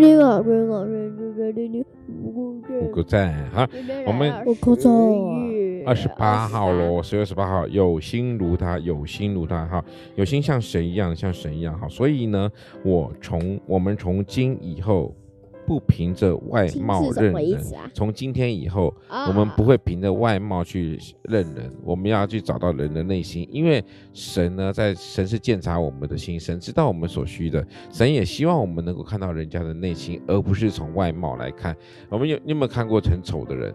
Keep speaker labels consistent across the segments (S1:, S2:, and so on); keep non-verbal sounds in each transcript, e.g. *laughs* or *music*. S1: 你好，你好，你
S2: 五
S1: 好，
S2: 个赞哈。我们
S1: 我口罩啊
S2: 二十八号喽，十月十八号，有心如他，有心如他哈，有心像神一样，像神一样哈。所以呢，我从我们从今以后不凭着外
S3: 亲
S2: 貌
S3: 是什
S2: 认
S3: 么意
S2: 人，
S3: 思啊？
S2: 从今天以后，
S3: 啊
S2: 我们不会凭着外貌去认人，我们要去找到人的内心，因为神呢，在神是鉴察我们的心，神知道我们所需的，神也希望我们能够看到人家的内心，而不是从外貌来看。我们有你有没有看过很丑的人？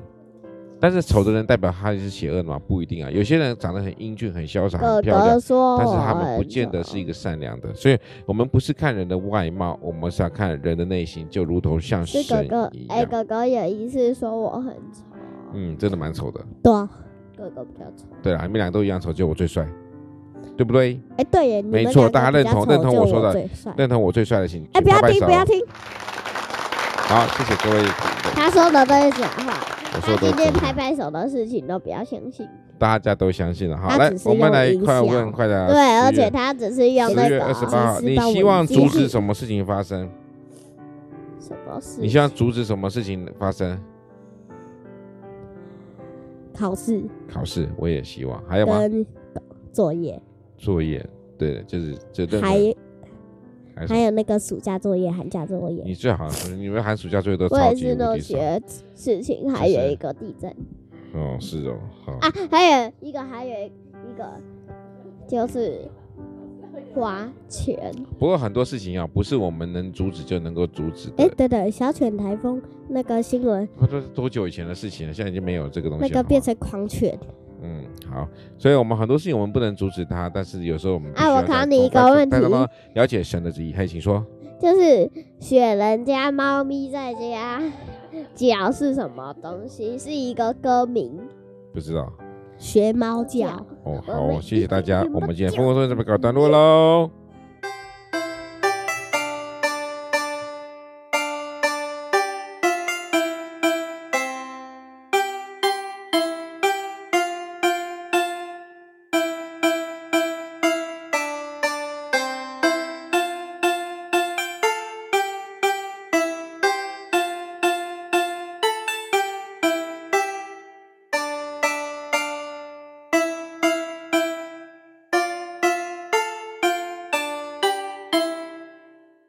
S2: 但是丑的人代表他是邪恶的吗？不一定啊，有些人长得很英俊、很潇洒、
S3: 哥
S2: 很漂亮
S3: 哥，说，
S2: 但是他们不见得是一个善良的，所以我们不是看人的外貌，我们是要看人的内心，就如同像
S3: 是
S2: 神
S3: 哥哥
S2: 一，
S3: 哎，
S2: 样。
S3: 哥哥有一次说我很丑，
S2: 嗯，真的蛮丑的。
S3: 对啊，哥哥比较丑，
S2: 对啊啦，你们俩都一样丑，就我最帅，对不对？
S3: 哎，对耶，你们
S2: 没错
S3: 两个
S2: 大家
S3: 比
S2: 认
S3: 较
S2: 同
S3: 丑
S2: 认同
S3: 就
S2: 我
S3: 我
S2: 说的
S3: 最帅
S2: 认同我最帅的，请
S3: 哎，
S2: 请
S3: 不要
S2: 拍拍
S3: 听，
S2: 手哦
S3: 不要听，
S2: 好，谢谢各位。
S3: 他说的都是假话，
S2: 我说
S3: 他今
S2: 的都是
S3: 天
S2: 真
S3: 拍
S2: 的，
S3: 拍手的事情都不要相信，
S2: 大家都相信了哈。
S3: 他
S2: 来
S3: 只，是
S2: 我们
S3: 用
S2: 来
S3: 营
S2: 快问
S3: 销
S2: 快答。
S3: 对，而
S2: 10月啊
S3: 且他只是用那
S2: 10月
S3: 个
S2: 二十八号，
S3: 只是
S2: 你
S3: 帮我
S2: 希望
S3: 们
S2: 阻
S3: 记
S2: 止什么事情发生？
S3: 什么事？
S2: 你希望阻止什么事情发生？
S3: 考试
S2: 考试，我也希望。还有吗？
S3: 跟作业，
S2: 作业，对，就是就任何
S3: 还
S2: 还
S3: 还
S2: 是
S3: 有那个暑假作业、寒假作业，
S2: 你最好是你们寒暑假作业都
S3: 我
S2: 超
S3: 也
S2: 级
S3: 是
S2: 无
S3: 那
S2: 敌少。
S3: 些事情，还
S2: 就是
S3: 有一个地震
S2: 哦，是哦，好。
S3: 啊，还有一个还有一个就是花钱。
S2: 不过很多事情啊，不是我们能阻止就能够阻止的
S3: 哎，。等等，小犬台风那个新闻，
S2: 那都是多久以前的事情了？现在已经没有这个东西
S3: 那
S2: 了。
S3: 个变
S2: 好吗
S3: 成狂犬。
S2: 嗯好，所以我们很多事情我们不能阻止它，但是有时候我们必须
S3: 哎我
S2: 要
S3: 考
S2: 在
S3: 你一
S2: 懂得
S3: 个问
S2: 懂得
S3: 题
S2: 了解神的旨意。嘿，请说。
S3: 就是雪人家猫咪在家， *laughs* 脚是什么东西？是一个歌名，
S2: 不知道
S3: 学猫叫。
S2: 哦，
S3: 我
S2: 好，
S3: 们
S2: 谢谢大家
S3: 一，定 *laughs*
S2: 我们今天
S3: 要
S2: 风风顺顺这边告一段落喽。